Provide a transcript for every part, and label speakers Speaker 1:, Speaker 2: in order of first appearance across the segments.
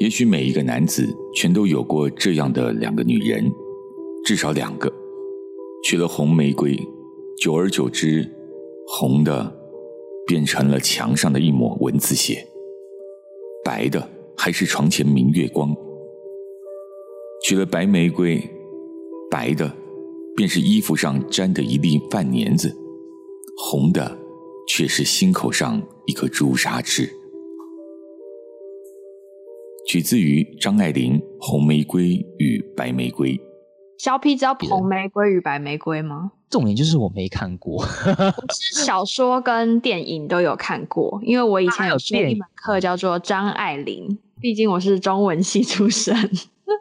Speaker 1: 也许每一个男子全都有过这样的两个女人，至少两个。娶了红玫瑰，久而久之，红的变成了墙上的一抹蚊子血，白的还是床前明月光。娶了白玫瑰，白的便是衣服上沾的一粒饭粘子，红的却是心口上一颗朱砂痣。取自于张爱玲《红玫瑰与白玫瑰》。
Speaker 2: 小痞知道《红玫瑰与白玫瑰》吗？
Speaker 3: 重点就是我没看过，
Speaker 2: 我是小说跟电影都有看过，因为我以前有修一门课叫做张爱玲，毕竟我是中文系出 身。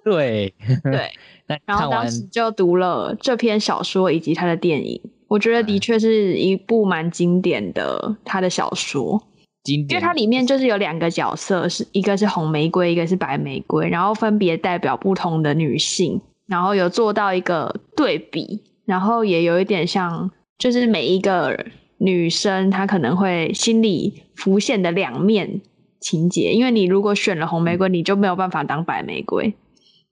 Speaker 3: 对
Speaker 2: 对，
Speaker 3: 那
Speaker 2: 然
Speaker 3: 看
Speaker 2: 后
Speaker 3: 完
Speaker 2: 当时就读了这篇小说以及他的电影，我觉得的确是一部蛮经典的他的小说。
Speaker 3: 经
Speaker 2: 因为
Speaker 3: 典，
Speaker 2: 它里面就是有两个角色，是一个是红玫瑰，一个是白玫瑰，然后分别代表不同的女性，然后有做到一个对比，然后也有一点像，就是每一个女生她可能会心里浮现的两面情节，因为你如果选了红玫瑰，你就没有办法当白玫瑰。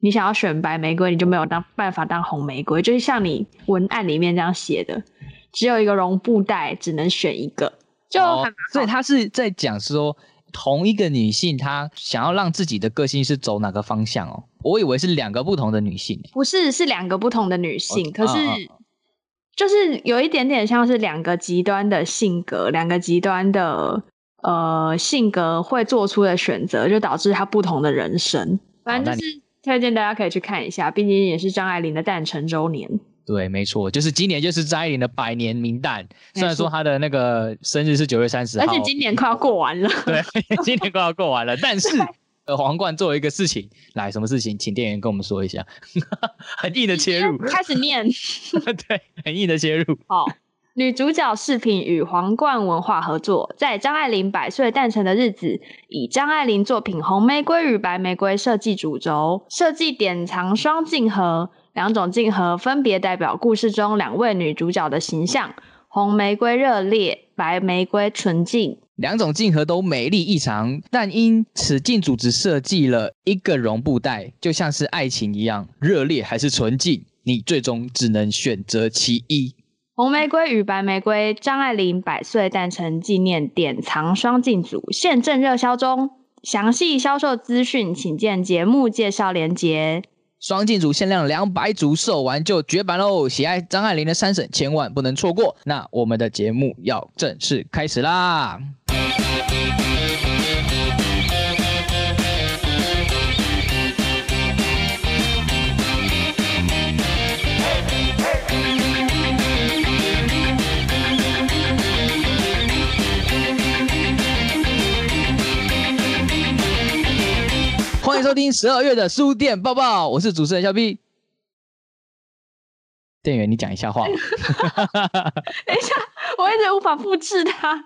Speaker 2: 你想要选白玫瑰，你就没有当办法当红玫瑰，就是像你文案里面这样写的，只有一个绒布袋，只能选一个，就很麻
Speaker 3: 哦
Speaker 2: 烦
Speaker 3: 所以他是在讲说同一个女性，她想要让自己的个性是走哪个方向哦。我以为是两个不同的女性，
Speaker 2: 不是，是两个不同的女性，
Speaker 3: 哦
Speaker 2: 可是
Speaker 3: 啊啊
Speaker 2: 就是有一点点像是两个极端的性格，两个极端的呃性格会做出的选择，就导致她不同的人生。反正就是推荐大家可以去看一下，毕竟也是张爱玲的诞辰周年。
Speaker 3: 对，没错，就是今年就是张爱玲的百年名旦。虽然
Speaker 2: 没错
Speaker 3: 说她的那个生日是九月三十号，
Speaker 2: 而且今年快要过完了，
Speaker 3: 对，今年快要过完了，但是呃，皇冠做了一个事情，来，什么事情？请店员跟我们说一下， 很硬的 切入，
Speaker 2: 开始念
Speaker 3: 对，很硬的切入，
Speaker 2: 好。哦女主角饰品与皇冠文化合作，在张爱玲百岁诞辰的日子，以张爱玲作品《红玫瑰与白玫瑰》设计主轴，设计典藏双镜盒，两种镜盒分别代表故事中两位女主角的形象：红玫瑰热烈，白玫瑰纯净。
Speaker 3: 两种镜盒都美丽异常，但因此镜组只设计了一个绒布袋，就像是爱情一样，热烈还是纯净，你最终只能选择其一。
Speaker 2: 红玫瑰与白玫瑰，张爱玲百岁诞辰纪念典藏双镜组现正热销中，详细销售资讯请见节目介绍连结。
Speaker 3: 双镜组限量两百组，售完就绝版喽！喜爱张爱玲的三婶千万不能错过。那我们的节目要正式开始啦！欢迎收听十二月的书店报报，我是主持人肖 B。店员，你讲一下话。
Speaker 2: 等一下，我一直无法复制 它。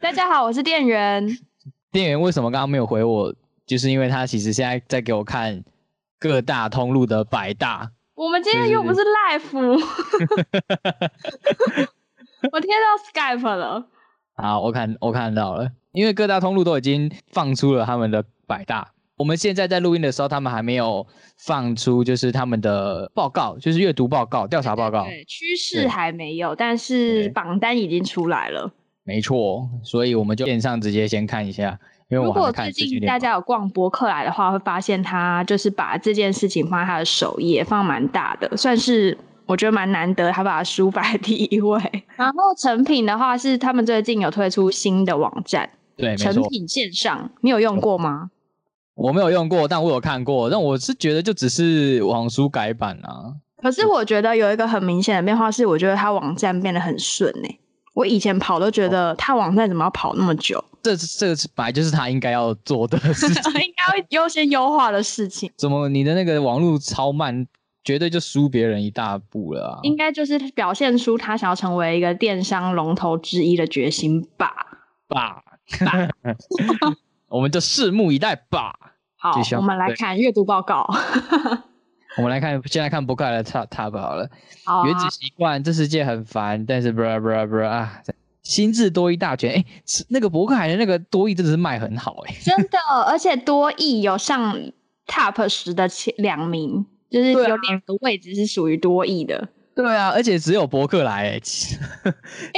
Speaker 2: 大家好，我是店员。
Speaker 3: 店员为什么刚刚没有回我？就是因为他其实现在在给我看各大通路的百大，
Speaker 2: 我们今天又不是 live，我贴到 Skype 了。
Speaker 3: 啊，我看我看到了，因为各大通路都已经放出了他们的百大。我们现在在录音的时候，他们还没有放出，就是他们的报告，就是阅读报告、调查报告。
Speaker 2: 对，对趋势
Speaker 3: 对
Speaker 2: 还没有，但是
Speaker 3: 对
Speaker 2: 榜单已经出来了。
Speaker 3: 没错，所以我们就线上直接先看一下，因为
Speaker 2: 如
Speaker 3: 我还
Speaker 2: 果
Speaker 3: 没看
Speaker 2: 最
Speaker 3: 资讯
Speaker 2: 近
Speaker 3: 联
Speaker 2: 大
Speaker 3: 盟
Speaker 2: 家有逛博客来的话，会发现他就是把这件事情放在他的首页，放蛮大的，算是我觉得蛮难得，他把书摆第一位。然后成品的话是他们最近有推出新的网站，
Speaker 3: 对，没
Speaker 2: 成
Speaker 3: 错，
Speaker 2: 品线上，你有用过吗？
Speaker 3: 我没有用过，但我有看过，但我是觉得就只是网书改版啊。
Speaker 2: 可是我觉得有一个很明显的变化是，我觉得它网站变得很顺呢、我以前跑都
Speaker 3: 哦
Speaker 2: 觉得它网站怎么要跑那么久，
Speaker 3: 这是这是本来就是他应该要做的事情。
Speaker 2: 应该会优先优化的事情，
Speaker 3: 怎么你的那个网络超慢，绝对就输别人一大步了啊！
Speaker 2: 应该就是表现出它想要成为一个电商龙头之一的决心吧。
Speaker 3: 吧，我们就拭目以待吧。
Speaker 2: 好
Speaker 3: 就，像
Speaker 2: 我们来
Speaker 3: 对
Speaker 2: 看阅读报告。
Speaker 3: 我们来看，先来看博客来的 top top 好了。
Speaker 2: 好啊、
Speaker 3: 原子习惯，这世界很烦，但是 bra bra bra 啊，新智多益大全，哎，是那个博客海的那个多益真的是卖很好哎、
Speaker 2: 真的，而且多益有上 top 十的前两名，就是
Speaker 3: 对啊
Speaker 2: 有两个位置是属于多益的。
Speaker 3: 对啊，而且只有博客来哎、
Speaker 2: 哎，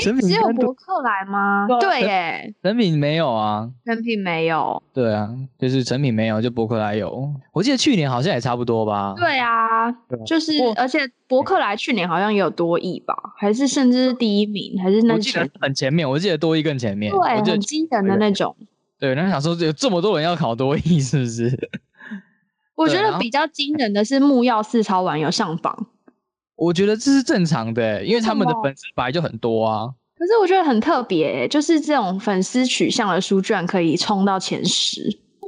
Speaker 3: 成品
Speaker 2: 只有
Speaker 3: 跟
Speaker 2: 博客来吗
Speaker 3: 对啊？
Speaker 2: 对
Speaker 3: 成
Speaker 2: 耶，
Speaker 3: 成品没有啊，
Speaker 2: 成品没有。
Speaker 3: 对啊，就是成品没有，就博客来有。我记得去年好像也差不多吧。
Speaker 2: 对啊
Speaker 3: 对啊，
Speaker 2: 就是
Speaker 3: 我
Speaker 2: 而且博客来去年好像也有多益吧，还是甚至是第一名，还是那
Speaker 3: 我记得
Speaker 2: 前
Speaker 3: 很前面，我记得多一更前面。我
Speaker 2: 对
Speaker 3: 记得
Speaker 2: 很惊人的
Speaker 3: 对
Speaker 2: 那种。
Speaker 3: 对，然后想说有这么多人要考多一，是不是？
Speaker 2: 我
Speaker 3: 对
Speaker 2: 觉
Speaker 3: 然
Speaker 2: 得
Speaker 3: 后
Speaker 2: 比较惊人的是木曜四超玩有上榜，
Speaker 3: 我觉得这是正常的、欸因为他们
Speaker 2: 为
Speaker 3: 的
Speaker 2: 什么
Speaker 3: 粉丝本来就很多啊。
Speaker 2: 可是我觉得很特别欸、就是这种粉丝取向的书居然可以冲到前十。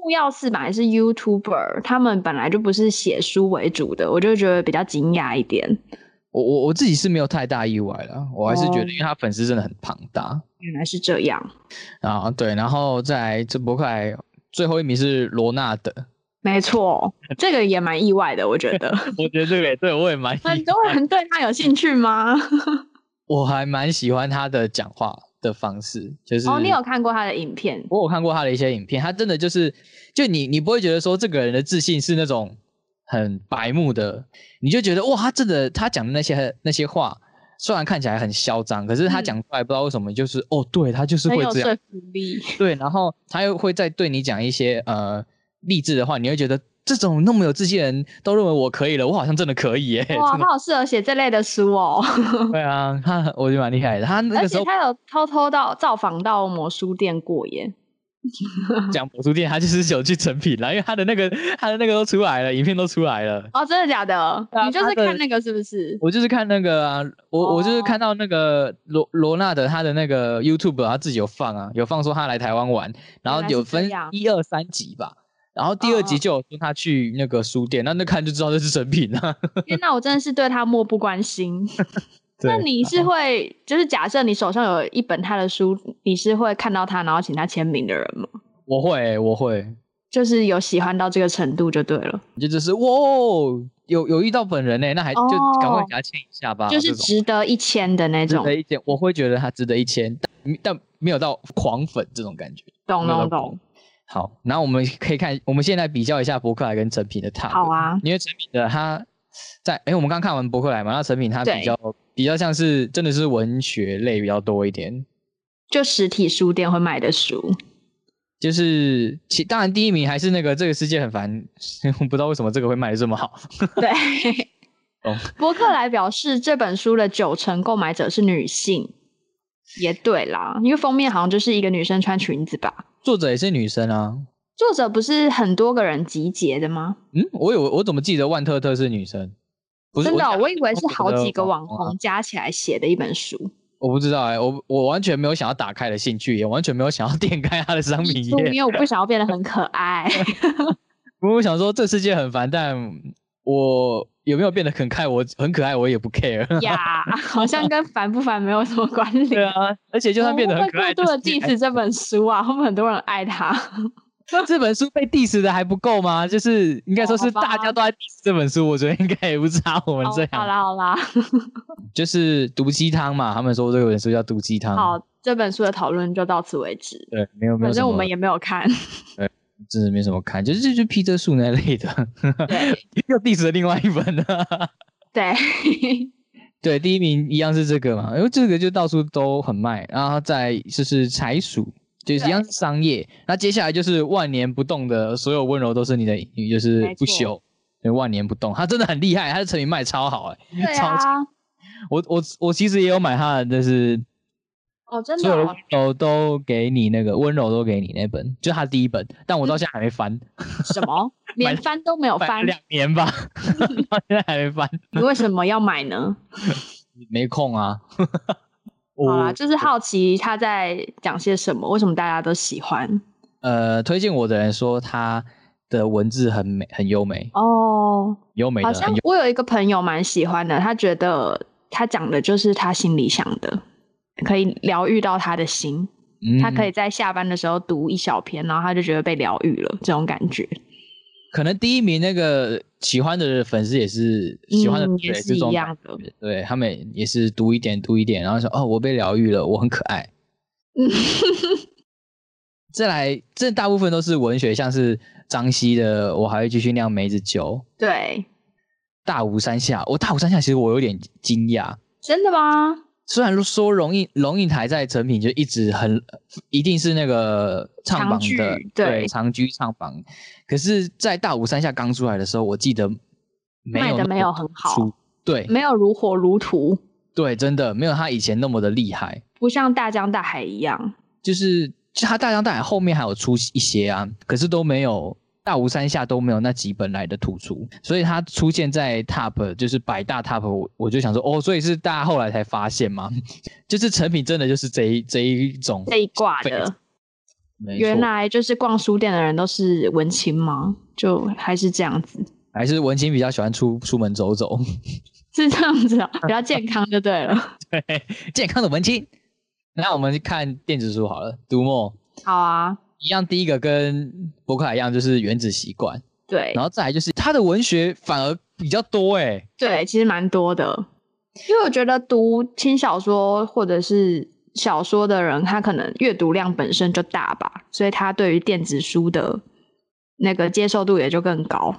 Speaker 2: 木曜四本来是 YouTuber，他们本来就不是写书为主的，我就觉得比较惊讶一点。
Speaker 3: 我我我自己是没有太大意外啦，我还是觉
Speaker 2: 哦
Speaker 3: 得，因为他粉丝真的很庞大
Speaker 2: 原来是这样，
Speaker 3: 啊。对，然后再来这博客来最后一名是罗纳德，
Speaker 2: 没错，这个也蛮意外的，我觉得。
Speaker 3: 我觉得这个也对我也蛮
Speaker 2: 很多人对他有兴趣吗？
Speaker 3: 我还蛮喜欢他的讲话的方式，就是
Speaker 2: 哦，你有看过他的影片？
Speaker 3: 我有看过他的一些影片，他真的就是，就你你不会觉得说这个人的自信是那种很白目的，你就觉得哇，他真的他讲的那些那些话，虽然看起来很嚣张，可是他
Speaker 2: 嗯
Speaker 3: 讲出来不知道为什么就是、哦，对他就是
Speaker 2: 很
Speaker 3: 会
Speaker 2: 有
Speaker 3: 这样
Speaker 2: 说，服 力。
Speaker 3: 对，然后他又会再对你讲一些呃励志的话，你会觉得这种那么有自信的人都认为我可以了，我好像真的可以耶、
Speaker 2: 哇，
Speaker 3: 真的
Speaker 2: 他好适合写这类的书哦，
Speaker 3: 对啊，他我觉得蛮厉害的，他 那
Speaker 2: 而
Speaker 3: 个时
Speaker 2: 且
Speaker 3: 候
Speaker 2: 他有偷偷到造访到某书店过耶。
Speaker 3: 讲魔术店，他就是有去成品啦，因为他的那个他的那个都出来了，影片都出来了。
Speaker 2: 哦，真的假的？
Speaker 3: 对啊
Speaker 2: 你就
Speaker 3: 他
Speaker 2: 是
Speaker 3: 的
Speaker 2: 看那个是不是？
Speaker 3: 我就是看那个啊，我、我就是
Speaker 2: 哦
Speaker 3: 看到那个罗罗纳德他的那个 YouTube，他自己有放啊，有放说他来台湾玩，然后
Speaker 2: 原来
Speaker 3: 有
Speaker 2: 是这
Speaker 3: 分
Speaker 2: 样
Speaker 3: 一二三集吧，然后第二
Speaker 2: 嗯
Speaker 3: 集
Speaker 2: 嗯
Speaker 3: 就有说他去那个书店，那那看就知道这是成 品啊。
Speaker 2: 天哪，我真的是对他漠不关心。
Speaker 3: 对啊
Speaker 2: 那你是会，就是假设你手上有一本他的书，你是会看到他，然后请他签名的人吗？
Speaker 3: 我会、我会，
Speaker 2: 就是有喜欢到这个程度就对了，
Speaker 3: 就就是哇哦，有有遇到本人呢、那还就赶快给他签一下吧，
Speaker 2: 哦就是
Speaker 3: 啊这种
Speaker 2: 值得一签的那
Speaker 3: 值
Speaker 2: 种
Speaker 3: 得。一签，我会觉得他值得一签，但但没有到狂粉这种感觉。
Speaker 2: 懂
Speaker 3: 没有
Speaker 2: 懂
Speaker 3: 到
Speaker 2: 懂，
Speaker 3: 好，然后我们可以看，我们现在比较一下博客来跟成品的 top。
Speaker 2: 好啊，
Speaker 3: 因为成品的它在，哎、我们刚看完博客来嘛，那成品它比
Speaker 2: 对
Speaker 3: 较比较像是真的是文学类比较多一点，
Speaker 2: 就实体书店会买的书。
Speaker 3: 就是其当然第一名还是那个这个世界很烦， 我不知道为什么这个会卖的这么好。
Speaker 2: 对
Speaker 3: 懂，
Speaker 2: 伯克莱表示这本书的九成购买者是女性，也对啦，因为封面好像就是一个女生穿裙子吧。
Speaker 3: 作者也是女生啊，
Speaker 2: 作者不是很多个人集结的吗？
Speaker 3: 嗯，我有我怎么记得万特特是女生？不是
Speaker 2: 真的哦、
Speaker 3: 我记得
Speaker 2: 我以为是好几个网
Speaker 3: 啊
Speaker 2: 红加起来写的一本书。
Speaker 3: 我不知道哎、我我完全没有想要打开的兴趣，也完全没有想要 点开它的商品
Speaker 2: 因为
Speaker 3: 页。
Speaker 2: 我不想要变得很可 爱，
Speaker 3: 不过我想说，这世界很烦，但我有没有变得很可爱，我很可爱，我也不 care。
Speaker 2: 呀，好像跟烦不烦没有什么关联。
Speaker 3: 对啊，而且就算变得很可爱，
Speaker 2: 哦我会过度的
Speaker 3: 就是
Speaker 2: diss 这本书啊，会不会很多人爱它？
Speaker 3: 这本书被 diss 的还不够吗？就是应该说是
Speaker 2: 哦好吧
Speaker 3: 大家都在 diss 这本书，我觉得应该也不差我们
Speaker 2: 好
Speaker 3: 这
Speaker 2: 好
Speaker 3: 样。
Speaker 2: 啦好啦，
Speaker 3: 就是毒鸡汤嘛，他们说这本书叫毒鸡汤。，
Speaker 2: 好，这本书的讨论就到此为止。
Speaker 3: 对，没有
Speaker 2: 反
Speaker 3: 没有什
Speaker 2: 正
Speaker 3: 么，
Speaker 2: 我们也没有看，
Speaker 3: 真的没什么看，就是就是 Peter 树那类的，
Speaker 2: 对
Speaker 3: 又 diss 了另外一本了。
Speaker 2: 对，
Speaker 3: 对，第一名一样是这个嘛，因为这个就到处都很卖，然后再就是财鼠，就是一样是商业。那接下来就是万年不动的，所有温柔都是你的隐喻，就是
Speaker 2: 没
Speaker 3: 不
Speaker 2: 错
Speaker 3: 朽，对，万年不动，他真的很厉害，他的成语卖 超好哎、
Speaker 2: 对
Speaker 3: 超级
Speaker 2: 啊，
Speaker 3: 我我我其实也有买他的，但是
Speaker 2: 哦，真
Speaker 3: 所
Speaker 2: 的
Speaker 3: 有的
Speaker 2: 哦、
Speaker 3: 温柔都给你那个温柔都给你那本，就他第一本，但我到现在还没翻，
Speaker 2: 什么连翻都没有
Speaker 3: 买了
Speaker 2: 嗯翻，
Speaker 3: 两年吧， 到现在还没翻，
Speaker 2: 你为什么要买呢？
Speaker 3: 没空啊。
Speaker 2: 好
Speaker 3: 我
Speaker 2: 啦，就是好奇他在讲些什么，为什么大家都喜欢？
Speaker 3: 呃，推荐我的人说他的文字很美，很优美，
Speaker 2: 哦，
Speaker 3: 优美的
Speaker 2: 好像
Speaker 3: 很优。
Speaker 2: 我有一个朋友蛮喜欢的，他觉得他讲的就是他心里想的，可以疗愈到他的心。
Speaker 3: 嗯
Speaker 2: 他可以在下班的时候读一小篇，然后他就觉得被疗愈了，这种感觉。
Speaker 3: 可能第一名那个喜欢的粉丝也是喜欢的
Speaker 2: 嗯
Speaker 3: 粉丝
Speaker 2: 也
Speaker 3: 也
Speaker 2: 是
Speaker 3: 这
Speaker 2: 一
Speaker 3: 种
Speaker 2: 样
Speaker 3: 感觉，对他们也是读一点读一点，然后说哦，我被疗愈了，我很可爱，
Speaker 2: 嗯
Speaker 3: 再来，这大部分都是文学，像是张希的《我还会继续酿梅子酒》，
Speaker 2: 对，
Speaker 3: 大吴山下。我、大吴山下其实我有点惊讶，
Speaker 2: 真的吗？
Speaker 3: 虽然说龙应龙应台在成品就一直很一定是那个唱榜的
Speaker 2: 长居，对
Speaker 3: 对长居唱榜，可是，在大武山下刚出来的时候，我记得没有
Speaker 2: 卖得
Speaker 3: 那么
Speaker 2: 没有很好
Speaker 3: 出，对
Speaker 2: 没有如火如荼，
Speaker 3: 对，真的没有他以前那么的厉害，
Speaker 2: 不像大江大海一样。
Speaker 3: 就是就他大江大海后面还有出一些啊，可是都没有。大吴山下都没有那几本来的突出，所以他出现在 Top 就是百大 Top，我我就想说哦，所以是大家后来才发现吗？ 就是成品真的就是这一这一种
Speaker 2: 这一挂
Speaker 3: 非
Speaker 2: 的，
Speaker 3: 没
Speaker 2: 原
Speaker 3: 错
Speaker 2: 来就是逛书店的人都是文青吗？就还是这样子，
Speaker 3: 还是文青比较喜欢出出门走走，
Speaker 2: 是这样子啊，比较健康就对了。
Speaker 3: 健康的文青。那我们去看电子书好了，读墨
Speaker 2: 好啊，
Speaker 3: 一样，第一个跟博客来一样，就是《原子习惯》，
Speaker 2: 对
Speaker 3: 然后再来就是他的文学反而比较多哎、
Speaker 2: 对，其实蛮多的，因为我觉得读轻小说或者是小说的人，他可能阅读量本身就大吧，所以他对于电子书的那个接受度也就更高。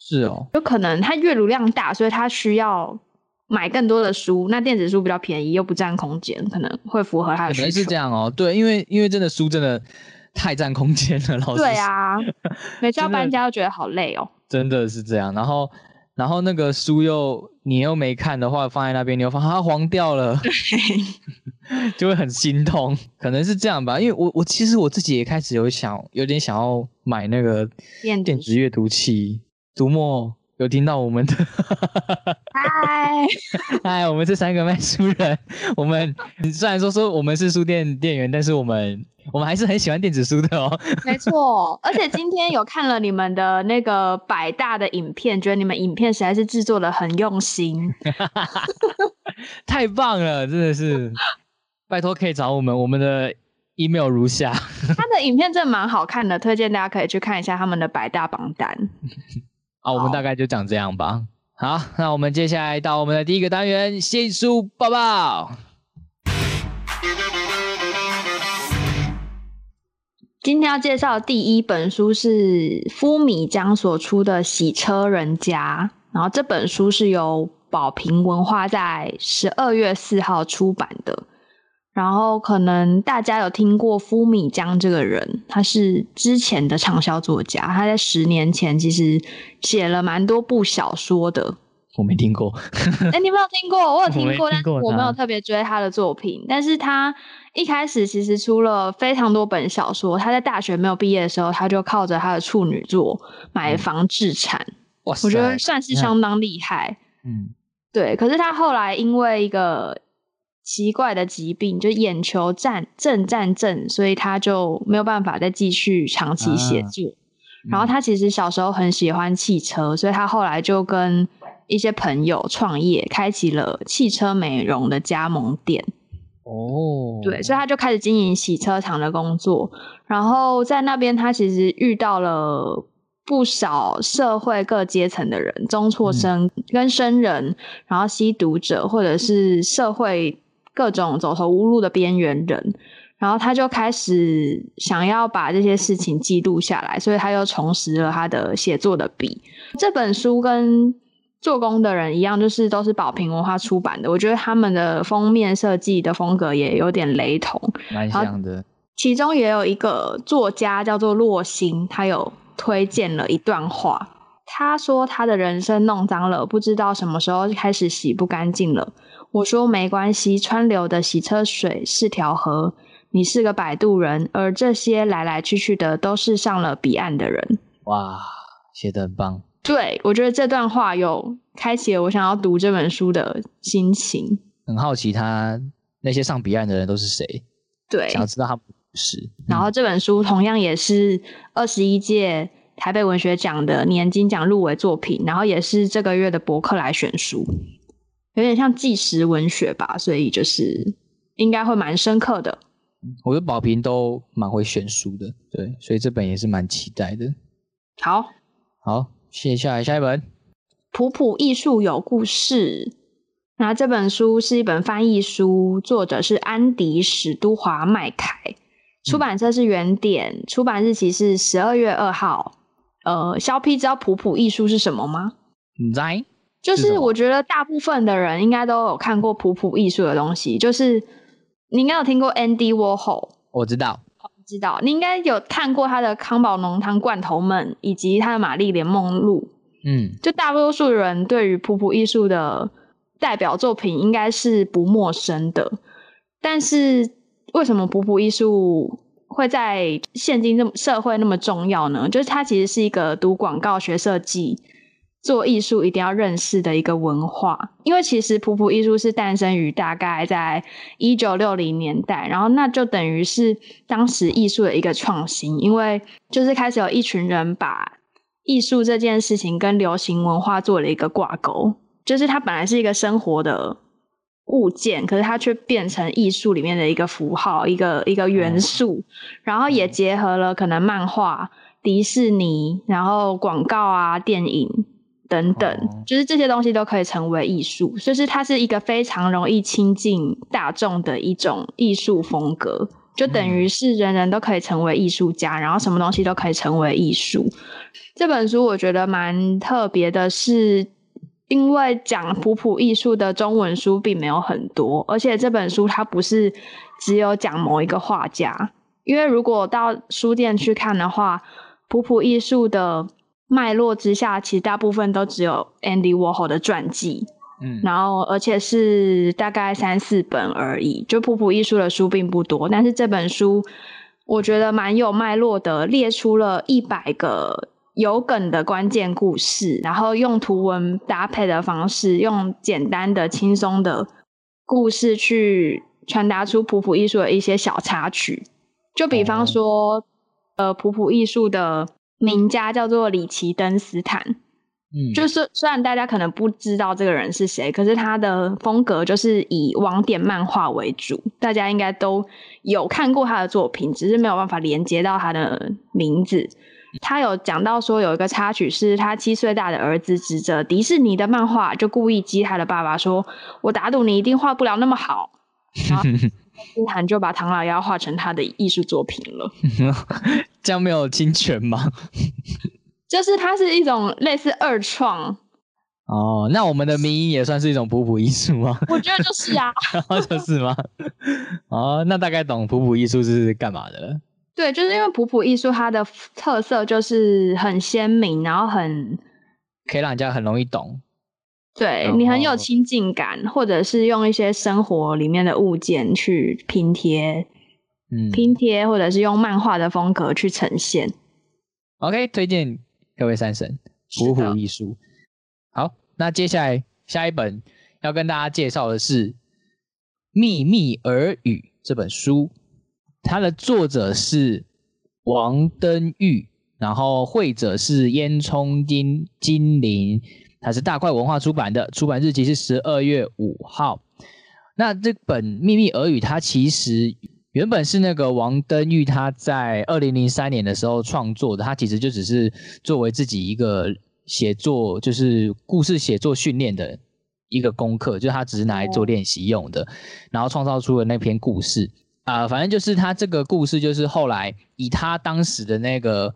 Speaker 3: 是哦，
Speaker 2: 有可能他阅读量大，所以他需要买更多的书。那电子书比较便宜，又不占空间，可能会符合他
Speaker 3: 可
Speaker 2: 的需
Speaker 3: 能是
Speaker 2: 求。
Speaker 3: 这样哦，对，因为因为真的书真的太占空间了，老师
Speaker 2: 对，啊，每次要
Speaker 3: 真的
Speaker 2: 搬家都觉得好累哦。
Speaker 3: 真的是这样。然后然后那个书又你又没看的话，放在那边你又放它黄掉了。 就会很心痛，可能是这样吧。因为我我其实我自己也开始有想，有点想要买那个
Speaker 2: 电子
Speaker 3: 电子阅读器。读墨有听到我们的，
Speaker 2: 嗨，
Speaker 3: 哎，我们这三个卖书人，我们虽然说说我们是书店店员，但是我们我们还是很喜欢电子书的哦。
Speaker 2: 没错。而且今天有看了你们的那个百大的影片，觉得你们影片实在是制作的很用心。
Speaker 3: 太棒了，真的是，拜托可以找我们，我们的 email 如下。
Speaker 2: 他的影片真的蛮好看的，推荐大家可以去看一下他们的百大榜单。
Speaker 3: 啊，我们
Speaker 2: 好
Speaker 3: 大概就讲这样吧。好，那我们接下来到我们的第一个单元——新书报报。
Speaker 2: 今天要介绍的第一本书是夫米江所出的《洗车人家》，然后这本书是由宝瓶文化在十二月四号出版的。然后可能大家有听过夫米江这个人，他是之前的畅销作家，他在十年前其实写了蛮多部小说的。
Speaker 3: 我没听过，
Speaker 2: 哎、你没有听过？我有听
Speaker 3: 没
Speaker 2: 过，
Speaker 3: 听
Speaker 2: 但是
Speaker 3: 过
Speaker 2: 我没
Speaker 3: 他
Speaker 2: 有特别追他的作品。但是他一开始其实出了非常多本小说。他在大学没有毕业的时候，他就靠着他的处女作买房置产，
Speaker 3: 哇塞
Speaker 2: 我觉得算是
Speaker 3: 嗯啊你看
Speaker 2: 相当厉害。
Speaker 3: 嗯，
Speaker 2: 对，可是他后来因为一个奇怪的疾病，就眼球战症战症，所以他就没有办法再继续长期写
Speaker 3: 啊
Speaker 2: 作。然后他其实小时候很喜欢汽车，所以他后来就跟一些朋友创业，开启了汽车美容的加盟店。
Speaker 3: 哦，
Speaker 2: 对，所以他就开始经营洗车厂的工作。然后在那边，他其实遇到了不少社会各阶层的人，中辍生、跟生人，然后吸毒者，或者是社会各种走投无路的边缘人。然后他就开始想要把这些事情记录下来，所以他又重拾了他的写作的笔。这本书跟做工的人一样，就是都是宝瓶文化出版的。我觉得他们的封面设计的风格也有点雷同，
Speaker 3: 蛮像的，
Speaker 2: 其中也有一个作家叫做洛星，他有推荐了一段话。他说他的人生弄脏了，不知道什么时候开始洗不干净了。我说没关系，川流的洗车水是条河，你是个摆渡人，而这些来来去去的都是上了彼岸的人。
Speaker 3: 哇，写的很棒。
Speaker 2: 对，我觉得这段话有开启了我想要读这本书的心情。
Speaker 3: 很好奇他那些上彼岸的人都是谁，
Speaker 2: 对，
Speaker 3: 想要知道他们的故事。
Speaker 2: 然后这本书同样也是二十一届台北文学奖的年金奖入围作品，然后也是这个月的博客来选书，有点像纪实文学吧，所以就是应该会蛮深刻的。
Speaker 3: 嗯我觉得宝瓶都蛮会选书的，对，所以这本也是蛮期待的。
Speaker 2: 好，
Speaker 3: 好，接下来下一本，
Speaker 2: 普普艺术有故事。那这本书是一本翻译书，作者是安迪·史都华麦凯，出版社是原点，出版日期是十二月二号。呃，肖 P 知道普普艺术是什么吗？
Speaker 3: 你在
Speaker 2: 就是
Speaker 3: 什
Speaker 2: 是
Speaker 3: 么
Speaker 2: 我觉得大部分的人应该都有看过普普艺术的东西，就是你应该有听过 Andy Warhol，
Speaker 3: 我知道，
Speaker 2: 知道你应该有看过他的康宝浓汤罐头们，以及他的玛丽莲梦露。
Speaker 3: 嗯，
Speaker 2: 就大多数人对于普普艺术的代表作品应该是不陌生的，但是为什么普普艺术会在现今这么社会那么重要呢？就是它其实是一个读广告学设计、做艺术一定要认识的一个文化，因为其实普普艺术是诞生于大概在一九六零年代，然后那就等于是当时艺术的一个创新，因为就是开始有一群人把艺术这件事情跟流行文化做了一个挂钩，就是它本来是一个生活的物件，可是它却变成艺术里面的一个符号、一个一个元素，然后也结合了可能漫画、迪士尼，然后广告啊、电影等等，
Speaker 3: 哦
Speaker 2: 就是这些东西都可以成为艺术，就是它是一个非常容易亲近大众的一种艺术风格。就等于是人人都可以成为艺术家，然后什么东西都可以成为艺术。这本书我觉得蛮特别的是，因为讲普普艺术的中文书并没有很多，而且这本书它不是只有讲某一个画家，因为如果到书店去看的话，普普艺术的脉络之下，其实大部分都只有 Andy Warhol 的传记，
Speaker 3: 嗯，
Speaker 2: 然后而且是大概三四本而已，就普普艺术的书并不多，但是这本书我觉得蛮有脉络的，列出了一百个有梗的关键故事，然后用图文搭配的方式，用简单的、轻松的故事去传达出普普艺术的一些小插曲，就比方说，呃，普普艺术的名家叫做里奇登斯坦。
Speaker 3: 嗯
Speaker 2: 就是虽然大家可能不知道这个人是谁，可是他的风格就是以网点漫画为主，大家应该都有看过他的作品，只是没有办法连接到他的名字。他有讲到说，有一个插曲是他七岁大的儿子指着迪士尼的漫画，就故意激他的爸爸说：“我打赌你一定画不了那么好。”然后金涵就把唐老鸭画成他的艺术作品了。
Speaker 3: 这样没有侵权吗？
Speaker 2: 就是它是一种类似二创，
Speaker 3: 哦，那我们的民音也算是一种普普艺术吗？
Speaker 2: 我觉得就是啊，
Speaker 3: 就是吗？哦，那大概懂普普艺术是干嘛的了。
Speaker 2: 对，就是因为普普艺术它的特色就是很鲜明，然后很
Speaker 3: 可以让人家很容易懂。
Speaker 2: 对
Speaker 3: 然
Speaker 2: 你很有
Speaker 3: 后
Speaker 2: 亲近感，或者是用一些生活里面的物件去拼贴、
Speaker 3: 嗯
Speaker 2: 拼贴，或者是用漫画的风格去呈现。
Speaker 3: ，OK，推荐各位三神
Speaker 2: 是
Speaker 3: 虎
Speaker 2: 的
Speaker 3: 虎艺术。好，那接下来下一本要跟大家介绍的是《秘密耳语》这本书，它的作者是王登玉，然后绘者是烟囱金金陵，它是大块文化出版的，出版日期是十二月五号。那这本《秘密耳语》它其实原本是那个王登玉他在二零零三年的时候创作的，他其实就只是作为自己一个写作，就是故事写作训练的一个功课，就是他只是拿来做练习用的，然后创造出了那篇故事。啊、反正就是他这个故事，就是后来以他当时的那个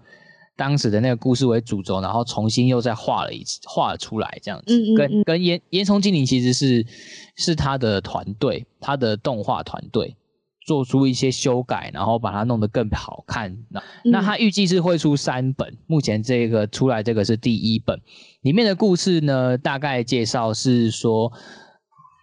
Speaker 3: 当时的那个故事为主轴，然后重新又再画了一次，画了出来这样子。
Speaker 2: 嗯嗯
Speaker 3: 跟
Speaker 2: 嗯
Speaker 3: 跟烟烟囱精灵其实是是他的团队，他的动画团队做出一些修改，然后把它弄得更好看。那那
Speaker 2: 嗯
Speaker 3: 他预计是会出三本，目前这个出来这个是第一本，里面的故事呢，大概介绍是说，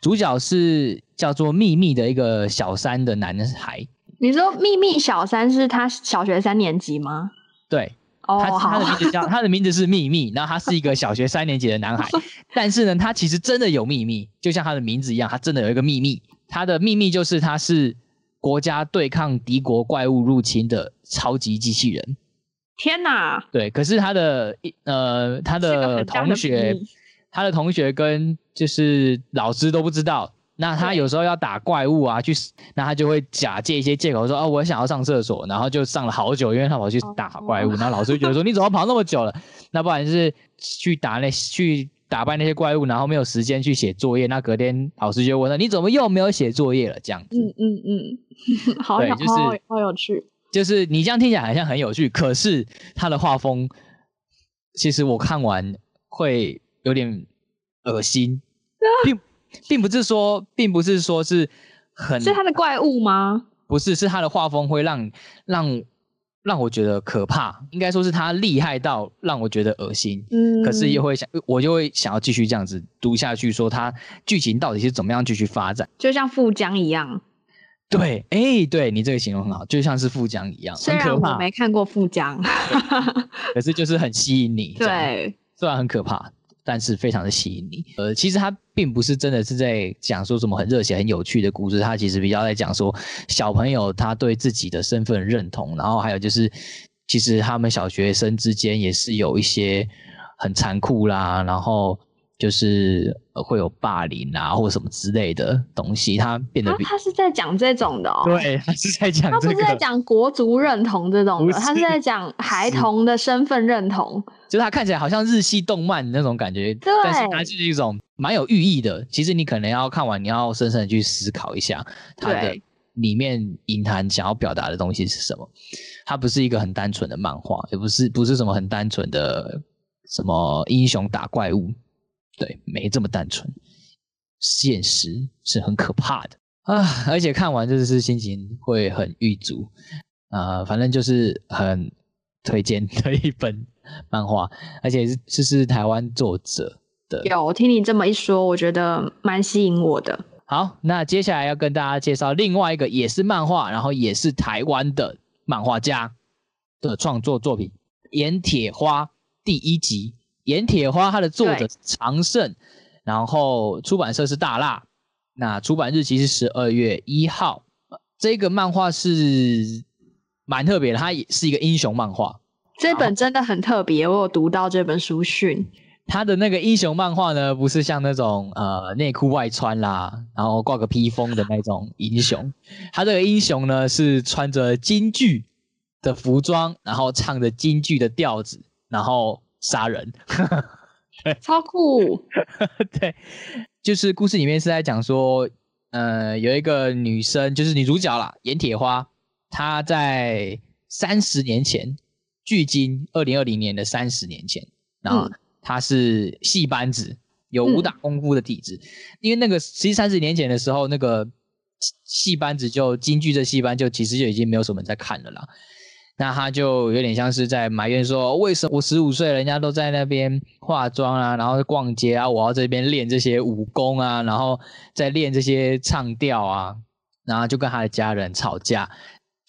Speaker 3: 主角是叫做秘密的一个小三的男孩，
Speaker 2: 你说秘密小三是他小学三年级吗？
Speaker 3: 对，
Speaker 2: 哦，
Speaker 3: 他他
Speaker 2: 好
Speaker 3: 的，名字叫他的名字是秘密，然后他是一个小学三年级的男孩，但是呢，他其实真的有秘密，就像他的名字一样，他真的有一个秘密。他的秘密就是他是国家对抗敌国怪物入侵的超级机器人。
Speaker 2: 天哪！
Speaker 3: 对，可是他的一呃他
Speaker 2: 是个
Speaker 3: 的
Speaker 2: 很大的
Speaker 3: 同学
Speaker 2: 秘密
Speaker 3: 他的同学跟就是老师都不知道。那他
Speaker 2: 对
Speaker 3: 有时候要打怪物啊，去那他就会假借一些借口说啊，我想要上厕所，然后就上了好久，因为他跑去打怪物，
Speaker 2: 哦
Speaker 3: 然后老师就觉得说你怎么跑那么久了？那不然就是去打那去打败那些怪物，然后没有时间去写作业，那隔天老师就问他你怎么又没有写作业了？这样子，
Speaker 2: 嗯嗯嗯， 好
Speaker 3: 对
Speaker 2: 有
Speaker 3: 就是
Speaker 2: 好有好有趣，
Speaker 3: 就是你这样听起来好像很有趣，可是他的画风，其实我看完会有点恶心，
Speaker 2: 啊
Speaker 3: 并并不是说，并不是说是很，
Speaker 2: 是他的怪物吗？
Speaker 3: 不是是他的画风会让让让我觉得可怕，应该说是他厉害到让我觉得恶心。
Speaker 2: 嗯，
Speaker 3: 可是又会想，我就会想要继续这样子读下去，说他剧情到底是怎么样继续发展。
Speaker 2: 就像富江一样，
Speaker 3: 对，哎、对你这个形容很好，就像是富江一样，
Speaker 2: 虽
Speaker 3: 很可
Speaker 2: 然我
Speaker 3: 怕，
Speaker 2: 没看过富江，
Speaker 3: 可是就是很吸引你。这样，
Speaker 2: 对，
Speaker 3: 虽然很可怕，但是非常的吸引你。呃，其实它并不是真的是在讲说什么很热血、很有趣的故事，它其实比较在讲说小朋友他对自己的身份认同，然后还有就是，其实他们小学生之间也是有一些很残酷啦，然后。就是呃会有霸凌啊，或什么之类的东西，它变得
Speaker 2: 他
Speaker 3: 比、
Speaker 2: 他是在讲这种的哦，。
Speaker 3: 对，它是在讲
Speaker 2: 啊他不
Speaker 3: 这
Speaker 2: 是
Speaker 3: 个，
Speaker 2: 在讲国族认同这种
Speaker 3: 不
Speaker 2: 的，
Speaker 3: 是
Speaker 2: 他是在讲孩
Speaker 3: 是
Speaker 2: 童的身份认同。
Speaker 3: 就是它看起来好像日系动漫那种感觉，
Speaker 2: 对
Speaker 3: 但是它是一种蛮有寓意的。其实你可能要看完，你要深深的去思考一下它的
Speaker 2: 对
Speaker 3: 里面隐含想要表达的东西是什么。它不是一个很单纯的漫画，也不是不是什么很单纯的什么英雄打怪物，对，没这么单纯。现实是很可怕的啊，而且看完就是心情会很郁卒啊、反正就是很推荐的一本漫画，而且是是是台湾作者。
Speaker 2: 有听你这么一说，我觉得蛮吸引我的。
Speaker 3: 好，那接下来要跟大家介绍另外一个也是漫画，然后也是台湾的漫画家的创作作品《盐铁花》第一集。《盐铁花》它的作者
Speaker 2: 对
Speaker 3: 是常胜，然后出版社是大辣，那出版日期是十二月一号。这个漫画是蛮特别的，它也是一个英雄漫画。
Speaker 2: 这本真的很特别，我有读到这本书讯。
Speaker 3: 他的那个英雄漫画呢，不是像那种呃内裤外穿啦，然后挂个披风的那种英雄。他这个英雄呢是穿着京剧的服装，然后唱着京剧的调子，然后杀人。
Speaker 2: 超酷！
Speaker 3: 对，就是故事里面是在讲说，呃，有一个女生，就是女主角啦，盐铁花，她在三十年前，距今二零二零年的三十年前，然后她是戏班子，有武打功夫的底子，因为那个其实三十年前的时候，那个戏戏班子就京剧这戏班就其实就已经没有什么人在看了啦。那他就有点像是在埋怨说，为什么我十五岁，人家都在那边化妆啊，然后逛街啊，我要这边练这些武功啊，然后再练这些唱调啊，然后就跟他的家人吵架。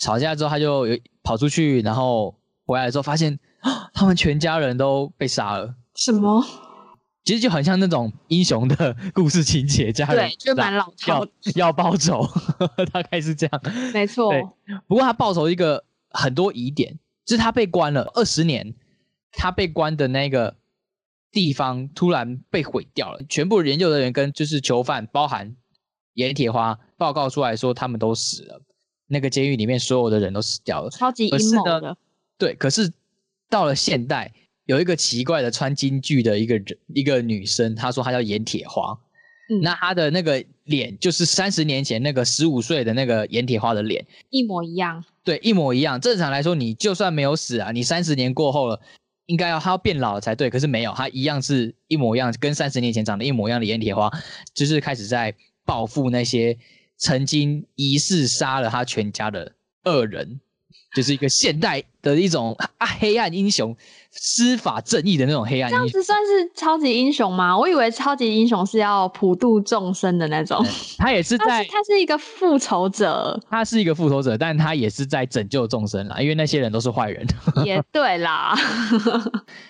Speaker 3: 吵架之后，他就有跑出去，然后回来之后发现，啊他们全家人都被杀了。
Speaker 2: 什么？
Speaker 3: 其实就很像那种英雄的 故事情节，家人
Speaker 2: 对，就蛮老套
Speaker 3: 要
Speaker 2: 的，
Speaker 3: 要报仇， 大概是这样。
Speaker 2: 没错。
Speaker 3: 对不过他报仇一个很多疑点，就是他被关了二十年，他被关的那个地方突然被毁掉了，全部研究人员跟就是囚犯，包含盐铁花报告出来说他们都死了，那个监狱里面所有的人都死掉了。
Speaker 2: 超级
Speaker 3: 可是
Speaker 2: 阴谋
Speaker 3: 呢
Speaker 2: 的，
Speaker 3: 对，可是到了现代，有一个奇怪的穿京剧的一个人，一个女生，她说她叫盐铁花，
Speaker 2: 嗯
Speaker 3: 那她的那个脸就是三十年前那个十五岁的那个盐铁花的脸，
Speaker 2: 一模一样。
Speaker 3: 对，一模一样。正常来说，你就算没有死啊，你三十年过后了，应该要他要变老了才对。可是没有，他一样是一模一样，跟三十年前长得一模一样的盐铁花，就是开始在报复那些曾经疑似杀了他全家的恶人，就是一个现代的一种啊黑暗英雄，司法正义的那种黑暗
Speaker 2: 这样
Speaker 3: 英雄。
Speaker 2: 子算是超级英雄吗？我以为超级英雄是要普度众生的那种，
Speaker 3: 他也是
Speaker 2: 他
Speaker 3: 在
Speaker 2: 是他是一个复仇者，
Speaker 3: 他是一个复仇者，但他也是在拯救众生啦，因为那些人都是坏人。
Speaker 2: 也对啦。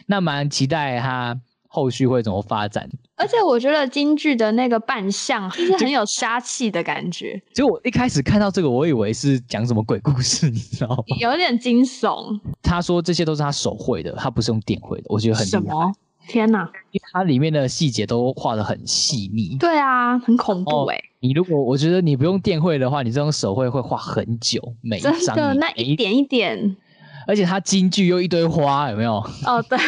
Speaker 3: 那蛮期待他后续会怎么发展。
Speaker 2: 而且我觉得京剧的那个扮相就是很有杀气的感觉，
Speaker 3: 结果我一开始看到这个，我以为是讲什么鬼故事，你知道吗？
Speaker 2: 有点惊悚。
Speaker 3: 他说这些都是他手绘的，他不是用电绘的，我觉得很厉害
Speaker 2: 什？么？天哪！
Speaker 3: 因为它里面的细节都画的很细腻。
Speaker 2: 对啊，很恐怖
Speaker 3: 哦
Speaker 2: 哎、
Speaker 3: 你如果我觉得你不用电绘的话，你这种手绘会画很久，每一
Speaker 2: 真
Speaker 3: 张
Speaker 2: 的
Speaker 3: 你
Speaker 2: 那
Speaker 3: 每
Speaker 2: 一点一点，
Speaker 3: 而且它京剧又一堆花，有没有？
Speaker 2: 哦， 对，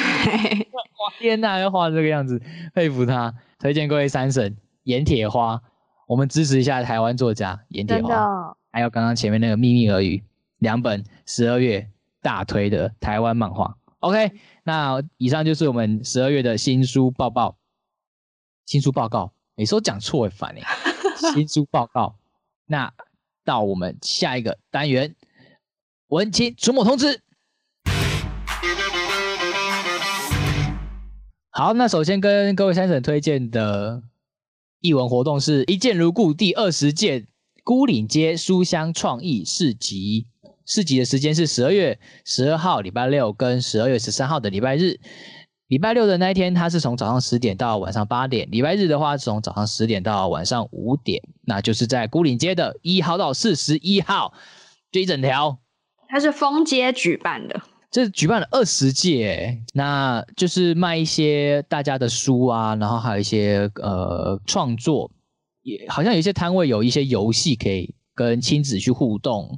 Speaker 3: 天呐，要画成这个样子，佩服他！推荐各位三省盐铁花，我们支持一下台湾作家盐铁
Speaker 2: 真
Speaker 3: 花，
Speaker 2: 的哦
Speaker 3: 还有刚啊刚前面那个秘密耳语，两本十二月大推的台湾漫画。OK，那以上就是我们十二月的新书报报，新书报告，每次都讲错会烦哎、新书报告。那到我们下一个单元，文青出没通知。好，那首先跟各位三婶推荐的译文活动是“一见如故”第二十届孤岭街书香创意市集。市集的时间是十二月十二号礼拜六跟十二月十三号的礼拜日。礼拜六的那一天，它是从早上十点到晚上八点；礼拜日的话，是从早上十点到晚上五点。那就是在孤岭街的一号到四十一号，这一整条
Speaker 2: 它是风街举办的，
Speaker 3: 这举办了二十届欸，那就是卖一些大家的书啊，然后还有一些呃创作，也好像有一些摊位有一些游戏可以跟亲子去互动，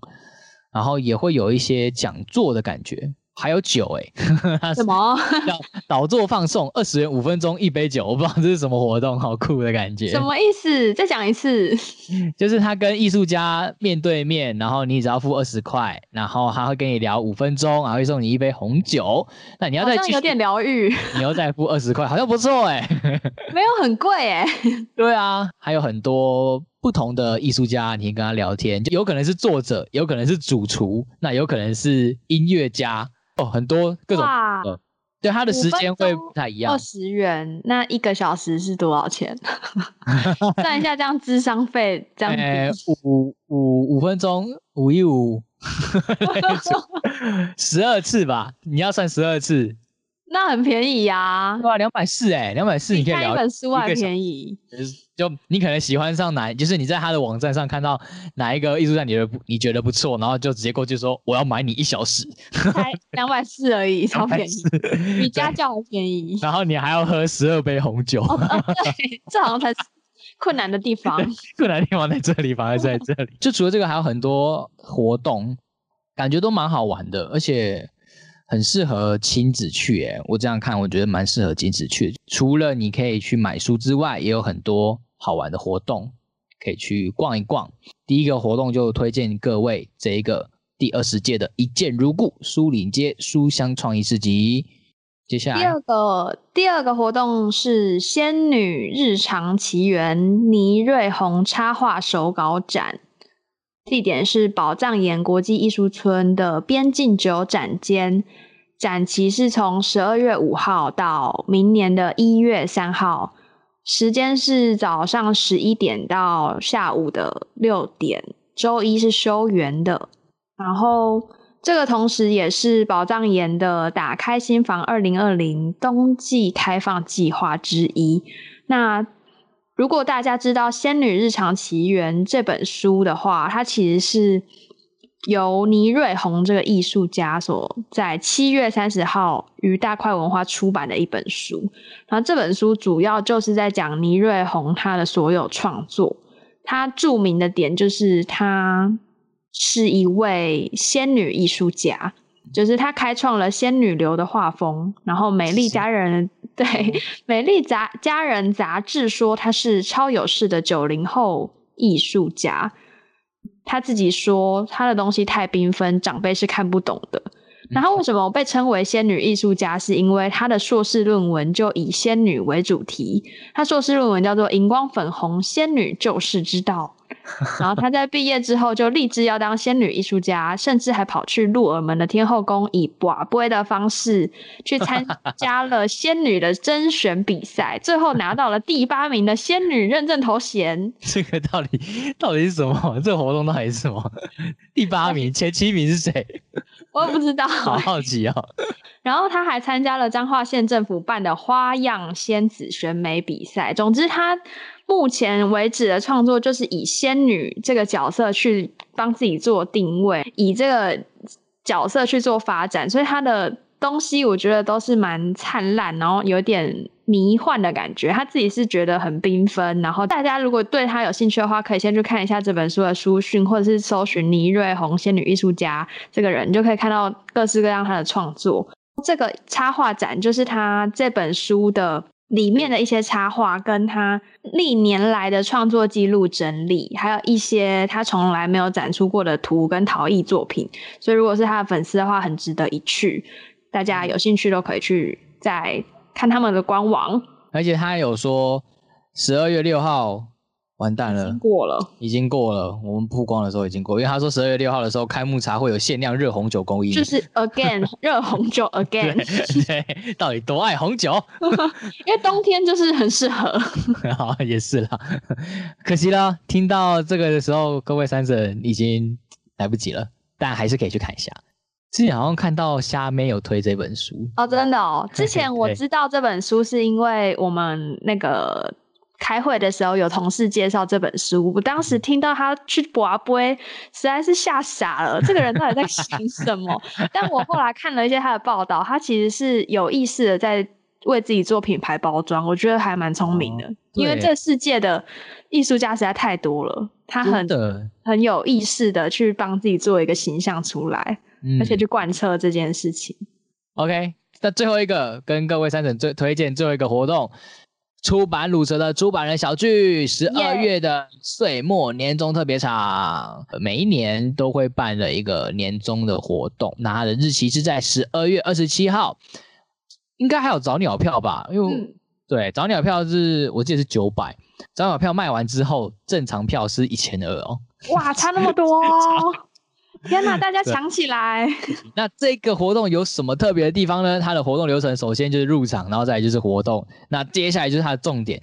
Speaker 3: 然后也会有一些讲座的感觉，还有酒 哎、欸，它是
Speaker 2: 什么
Speaker 3: 叫导座放送，二十元五分钟一杯酒，我不知道这是什么活动，好酷的感觉。
Speaker 2: 什么意思？再讲一次。
Speaker 3: 就是他跟艺术家面对面，然后你只要付二十块，然后他会跟你聊五分钟，还会送你一杯红酒。那你要
Speaker 2: 好
Speaker 3: 再
Speaker 2: 像
Speaker 3: 继
Speaker 2: 有
Speaker 3: 续
Speaker 2: 点疗愈，
Speaker 3: 你又再付二十块，好像不错哎、
Speaker 2: 没有很贵哎、
Speaker 3: 对啊，还有很多不同的艺术家，你可以跟他聊天，就有可能是作者，有可能是主厨，那有可能是音乐家哦，很多各种。
Speaker 2: 哇，
Speaker 3: 呃对，他的时间会不太一样
Speaker 2: 二。十元，那一个小时是多少钱？ 算一下，这样智商费这样比、
Speaker 3: 呃五五五分钟，五一五， 十二次吧，你要算十二 次，
Speaker 2: 那很便宜呀、
Speaker 3: 对吧、啊？两百四哎，两百四你
Speaker 2: 比
Speaker 3: 可以
Speaker 2: 看一
Speaker 3: 聊
Speaker 2: 本书还
Speaker 3: 一个小
Speaker 2: 便宜，
Speaker 3: 就你可能喜欢上哪，就是你在他的网站上看到哪一个艺术家，你觉得不你觉得不错，然后就直接过去说我要买你一小时，
Speaker 2: 才两百四而 已，超便宜，比家
Speaker 3: 对
Speaker 2: 教还便 宜。
Speaker 3: 然后你还要喝十二杯红酒，
Speaker 2: 哦，哦对，这好像才是困难的地方。
Speaker 3: 困难的地方在这里，反而在这 里。就除了这个，还有很多活动，感觉都蛮好玩的，而且很适合亲子去。诶，我这样看，我觉得蛮适合亲子去。除了你可以去买书之外，也有很多好玩的活动可以去逛一逛。第一个活动就推荐各位这一个第二十届的“一见如故”书岭街书香创意市集。 接下
Speaker 2: 第
Speaker 3: 来
Speaker 2: 二个第二个活动是《仙女日常奇缘》倪瑞红插画手稿展，地点是宝藏岩国际艺术村的边境酒展间，展期是从十二月五号到明年的一月三号，时间是早上十一点到下午的六点，周一是休园的。然后这个同时也是宝藏岩的“打开新房二零二零”冬季开放计划之一。那如果大家知道《仙女日常奇缘》这本书的话，它其实是由倪瑞红这个艺术家所在七月三十号于大块文化出版的一本书。然后这本书主要就是在讲倪瑞红他的所有创作。他著名的点就是他是一位仙女艺术家，就是他开创了仙女流的画风。然后《美丽佳人》对《美丽杂佳人》杂志说他是超有势的九零后艺术家。他自己说他的东西太缤纷，长辈是看不懂的。然后为什么被称为仙女艺术家？是因为他的硕士论文就以仙女为主题，他硕士论文叫做《荧光粉红仙女救世之道》，然后他在毕业之后就立志要当仙女艺术家，甚至还跑去鹿耳门的天后宫，以寡杯的方式去参加了仙女的甄选比赛，最后拿到了第八名的仙女认证头衔。
Speaker 3: 这个到底到底是什么？这个活动到底是什么？ 第八名、前七名是谁？
Speaker 2: 我也不知道，
Speaker 3: 好好奇哦。
Speaker 2: 然后他还参加了彰化县政府办的花样仙子选美比赛。总之，他目前为止的创作就是以仙女这个角色去帮自己做定位，以这个角色去做发展，所以他的东西我觉得都是蛮灿烂，然后有点迷幻的感觉。他自己是觉得很缤纷，然后大家如果对他有兴趣的话，可以先去看一下这本书的书讯，或者是搜寻倪瑞红仙女艺术家这个人，你就可以看到各式各样他的创作。这个插画展就是他这本书的里面的一些插画，跟他历年来的创作记录整理，还有一些他从来没有展出过的图跟陶艺作品。所以如果是他的粉丝的话，很值得一去。大家有兴趣都可以去再看他们的官网。
Speaker 3: 而且他有说十二月六号完蛋了，
Speaker 2: 过了，
Speaker 3: 已经过了，我们曝光的时候已经过，因为他说十二月六号的时候开幕茶会有限量热红酒供应，
Speaker 2: 就是 again 热红酒
Speaker 3: 对
Speaker 2: again，
Speaker 3: 对，到底多爱红酒？
Speaker 2: 因为冬天就是很适合。
Speaker 3: 好，也是啦，可惜啦，听到这个的时候，各位三者已经来不及了，但还是可以去看一下。之前好像看到虾妹有推这本书，
Speaker 2: 哦，真的哦！之前我
Speaker 3: 对
Speaker 2: 知道这本书是因为我们那个开会的时候有同事介绍这本书，我当时听到他去博杯，实在是吓傻了。这个人到底在想什么？ 但我后来看了一些他的报道，他其实是有意识的在为自己做品牌包装，我觉得还蛮聪明的，
Speaker 3: 哦
Speaker 2: 因为
Speaker 3: 对
Speaker 2: 这世界的艺术家实在太多了，他
Speaker 3: 真
Speaker 2: 很
Speaker 3: 的，
Speaker 2: 很有意识的去帮自己做一个形象出来，
Speaker 3: 嗯
Speaker 2: 而且去贯彻这件事情。
Speaker 3: OK，那最后一个跟各位三婶最推荐最后一个活动，出版鲁蛇的出版人小聚，十二
Speaker 2: Yeah
Speaker 3: 月的岁末年终特别场，呃每一年都会办的一个年终的活动，那它的日期是在十二月二十七号，应该还有早鸟票吧？因为我、
Speaker 2: 嗯
Speaker 3: 对早鸟票是我记得是九百，早鸟票卖完之后，正常票是一千二哦。
Speaker 2: 哇，差那么多哦！天哪，大家
Speaker 3: 对
Speaker 2: 抢起来！
Speaker 3: 那这个活动有什么特别的地方呢？它的活动流程首先就是入场，然后再来就是活动，那接下来就是它的重点。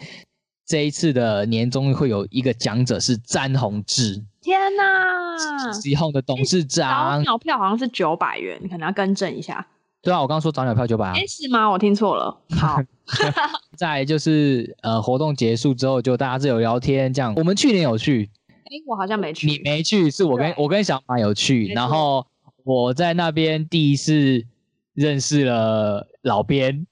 Speaker 3: 这一次的年终会有一个讲者是詹宏志，
Speaker 2: 天哪，
Speaker 3: 吉宏的董事
Speaker 2: 早
Speaker 3: 长。
Speaker 2: 鸟票好像是九百元，你可能要更正一下。
Speaker 3: 对啊，我刚刚说早鸟票九百啊
Speaker 2: 哎、。是吗？我听错 了。好，哎
Speaker 3: 再来就是呃，活动结束之后就大家自由聊天这样。我们去年有去，
Speaker 2: 哎、我好像没去。
Speaker 3: 你没去，是我跟
Speaker 2: 对
Speaker 3: 我跟小马有
Speaker 2: 没，
Speaker 3: 去
Speaker 2: 错
Speaker 3: 然后我在那边第一次认识了老编。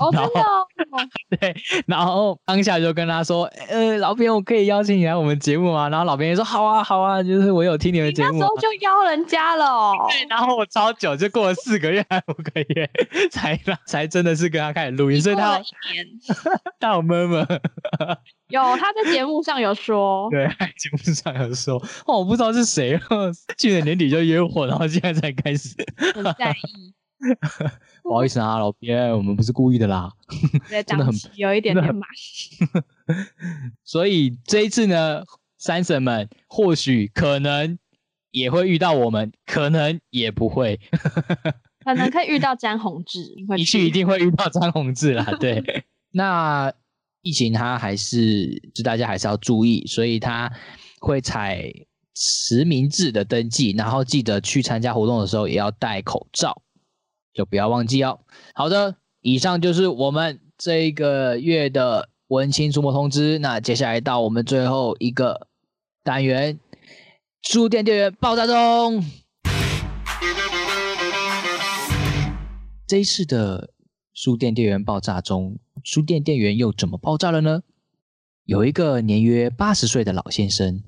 Speaker 2: 哦，真
Speaker 3: 然后
Speaker 2: 的 哦，
Speaker 3: 然后当下就跟他说：“呃，老编，我可以邀请你来我们节目吗？”然后老编也说：“好啊，好啊，就是我有听你
Speaker 2: 你
Speaker 3: 们节
Speaker 2: 那
Speaker 3: 目
Speaker 2: 时
Speaker 3: 啊、
Speaker 2: 候就邀人家了哦。
Speaker 3: 对，然后我超久，就过了四个月还五个月，才让才真的是跟他开始录音，所以
Speaker 2: 过
Speaker 3: 他
Speaker 2: 了一年，
Speaker 3: 他有闷闷，
Speaker 2: 有他在节目上有 说，
Speaker 3: 对，在节目上有说，哦，我不知道是谁，哦去年年底就约我，然后现在才开始，
Speaker 2: 很在意，
Speaker 3: 不好意思啊，老编，我们不是故意的啦。
Speaker 2: 在
Speaker 3: 的
Speaker 2: 当
Speaker 3: 很
Speaker 2: 期有一点
Speaker 3: 真的
Speaker 2: 点
Speaker 3: 很
Speaker 2: 麻
Speaker 3: 所以这一次呢，三婶们或许可能也会遇到我们，可能也不会。
Speaker 2: 烦，可能可以遇到詹宏志，你会
Speaker 3: 一去一定会遇到张宏志啦。对，那疫情它还是就大家还是要注意，所以它会采实名制的登记，然后记得去参加活动的时候也要戴口罩，就不要忘记哦。好的，以上就是我们这个月的文青触摸通知。那接下来到我们最后一个单元，书店店员爆炸中。这一次的书店店员爆炸中，书店店员又怎么爆炸了呢？有一个年约八十岁的老先生，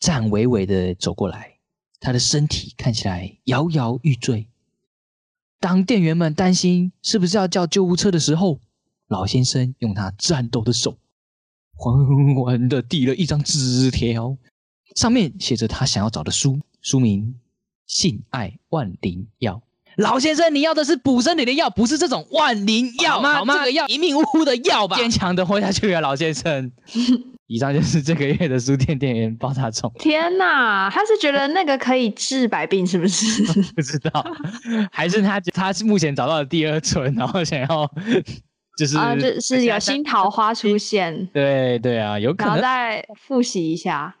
Speaker 3: 站巍巍的走过来，他的身体看起来摇摇欲坠。当店员们担心是不是要叫救护车的时候，老先生用他颤抖的手，缓缓的递了一张纸条，上面写着他想要找的书，书名《性爱万灵药》。老先生，你要的是补身体的药，不是这种万灵药吗？这个 药一命呜呼的药吧？坚强的活下去啊，老先 生。以上就是这个月的书店店员爆炸虫，
Speaker 2: 天哪，他是觉得那个可以治百病，是不是？
Speaker 3: 不知道 还是他他是目前找到的第二春，然后想要就是
Speaker 2: 啊，就是有
Speaker 3: 心
Speaker 2: 新桃花出现，
Speaker 3: 对对啊，有可
Speaker 2: 然后
Speaker 3: 能
Speaker 2: 再复习一下。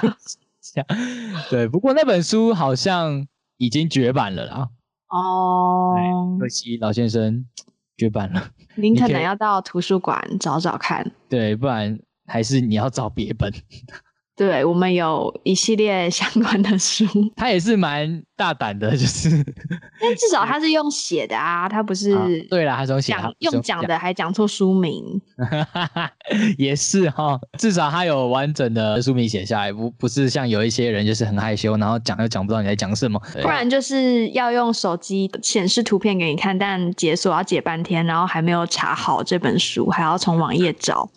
Speaker 3: 这样对。不过那本书好像已经绝版了啦，
Speaker 2: 哦
Speaker 3: 可，惜老先生绝版了。
Speaker 2: 您
Speaker 3: 你
Speaker 2: 可
Speaker 3: 可
Speaker 2: 能
Speaker 3: 以
Speaker 2: 要到图书馆找找看。
Speaker 3: 对，不然还是你要找别本。
Speaker 2: 对我们有一系列 相关的书，
Speaker 3: 他也是蛮大胆的，就是
Speaker 2: 但至少他是用写的啊，他不是、
Speaker 3: 啊对啦，他是用写的他
Speaker 2: 讲
Speaker 3: 不是
Speaker 2: 用讲的还讲错书名，
Speaker 3: 也是哈、至少他有完整的书名写下来，不不是像有一些人就是很害羞，然后讲又讲不到你在讲什么。对
Speaker 2: 不然就是要用手机显示图片给你看，但解锁要解半天，然后还没有查好这本书，还要从网页找，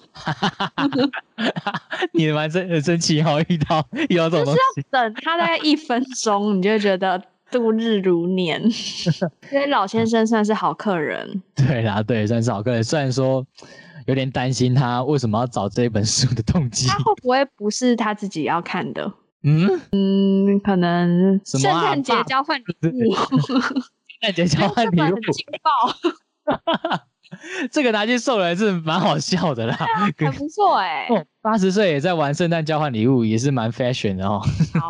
Speaker 3: 你蛮生很生气哈、遇到遇到这种东西，
Speaker 2: 等他大概一分钟，你就会觉得度日如 年。因为老先生算是好客人，
Speaker 3: 对啦，对，算是好个人。虽然说有点担心他为什么要找这一本书的动机
Speaker 2: 他，会不会不是他自己要看的？
Speaker 3: 嗯，
Speaker 2: 嗯，可能
Speaker 3: 什
Speaker 2: 圣
Speaker 3: 么啊
Speaker 2: 诞节
Speaker 3: 爸
Speaker 2: 交换礼物，
Speaker 3: 那节 交
Speaker 2: 这
Speaker 3: 换
Speaker 2: 本
Speaker 3: 礼物
Speaker 2: 很，劲 爆，
Speaker 3: 这个拿去送人是蛮好笑 的啦。 哦
Speaker 2: 很不错哎、
Speaker 3: 八十岁也在玩圣诞交换礼物，也是蛮 fashion 的哦。
Speaker 2: 好，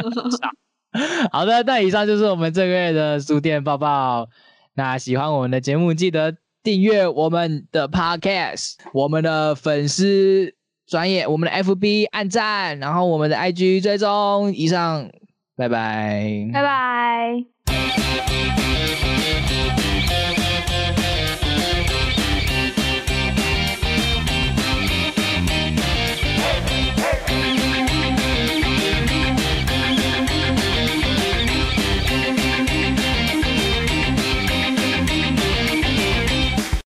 Speaker 3: 好的，那以上就是我们这个月的书店报报。那喜欢我们的节目，记得订阅我们的 podcast，我们的粉丝专业，我们的 FB 按赞，然后我们的 IG 追踪。以上，拜拜。
Speaker 2: 拜拜。
Speaker 4: thank you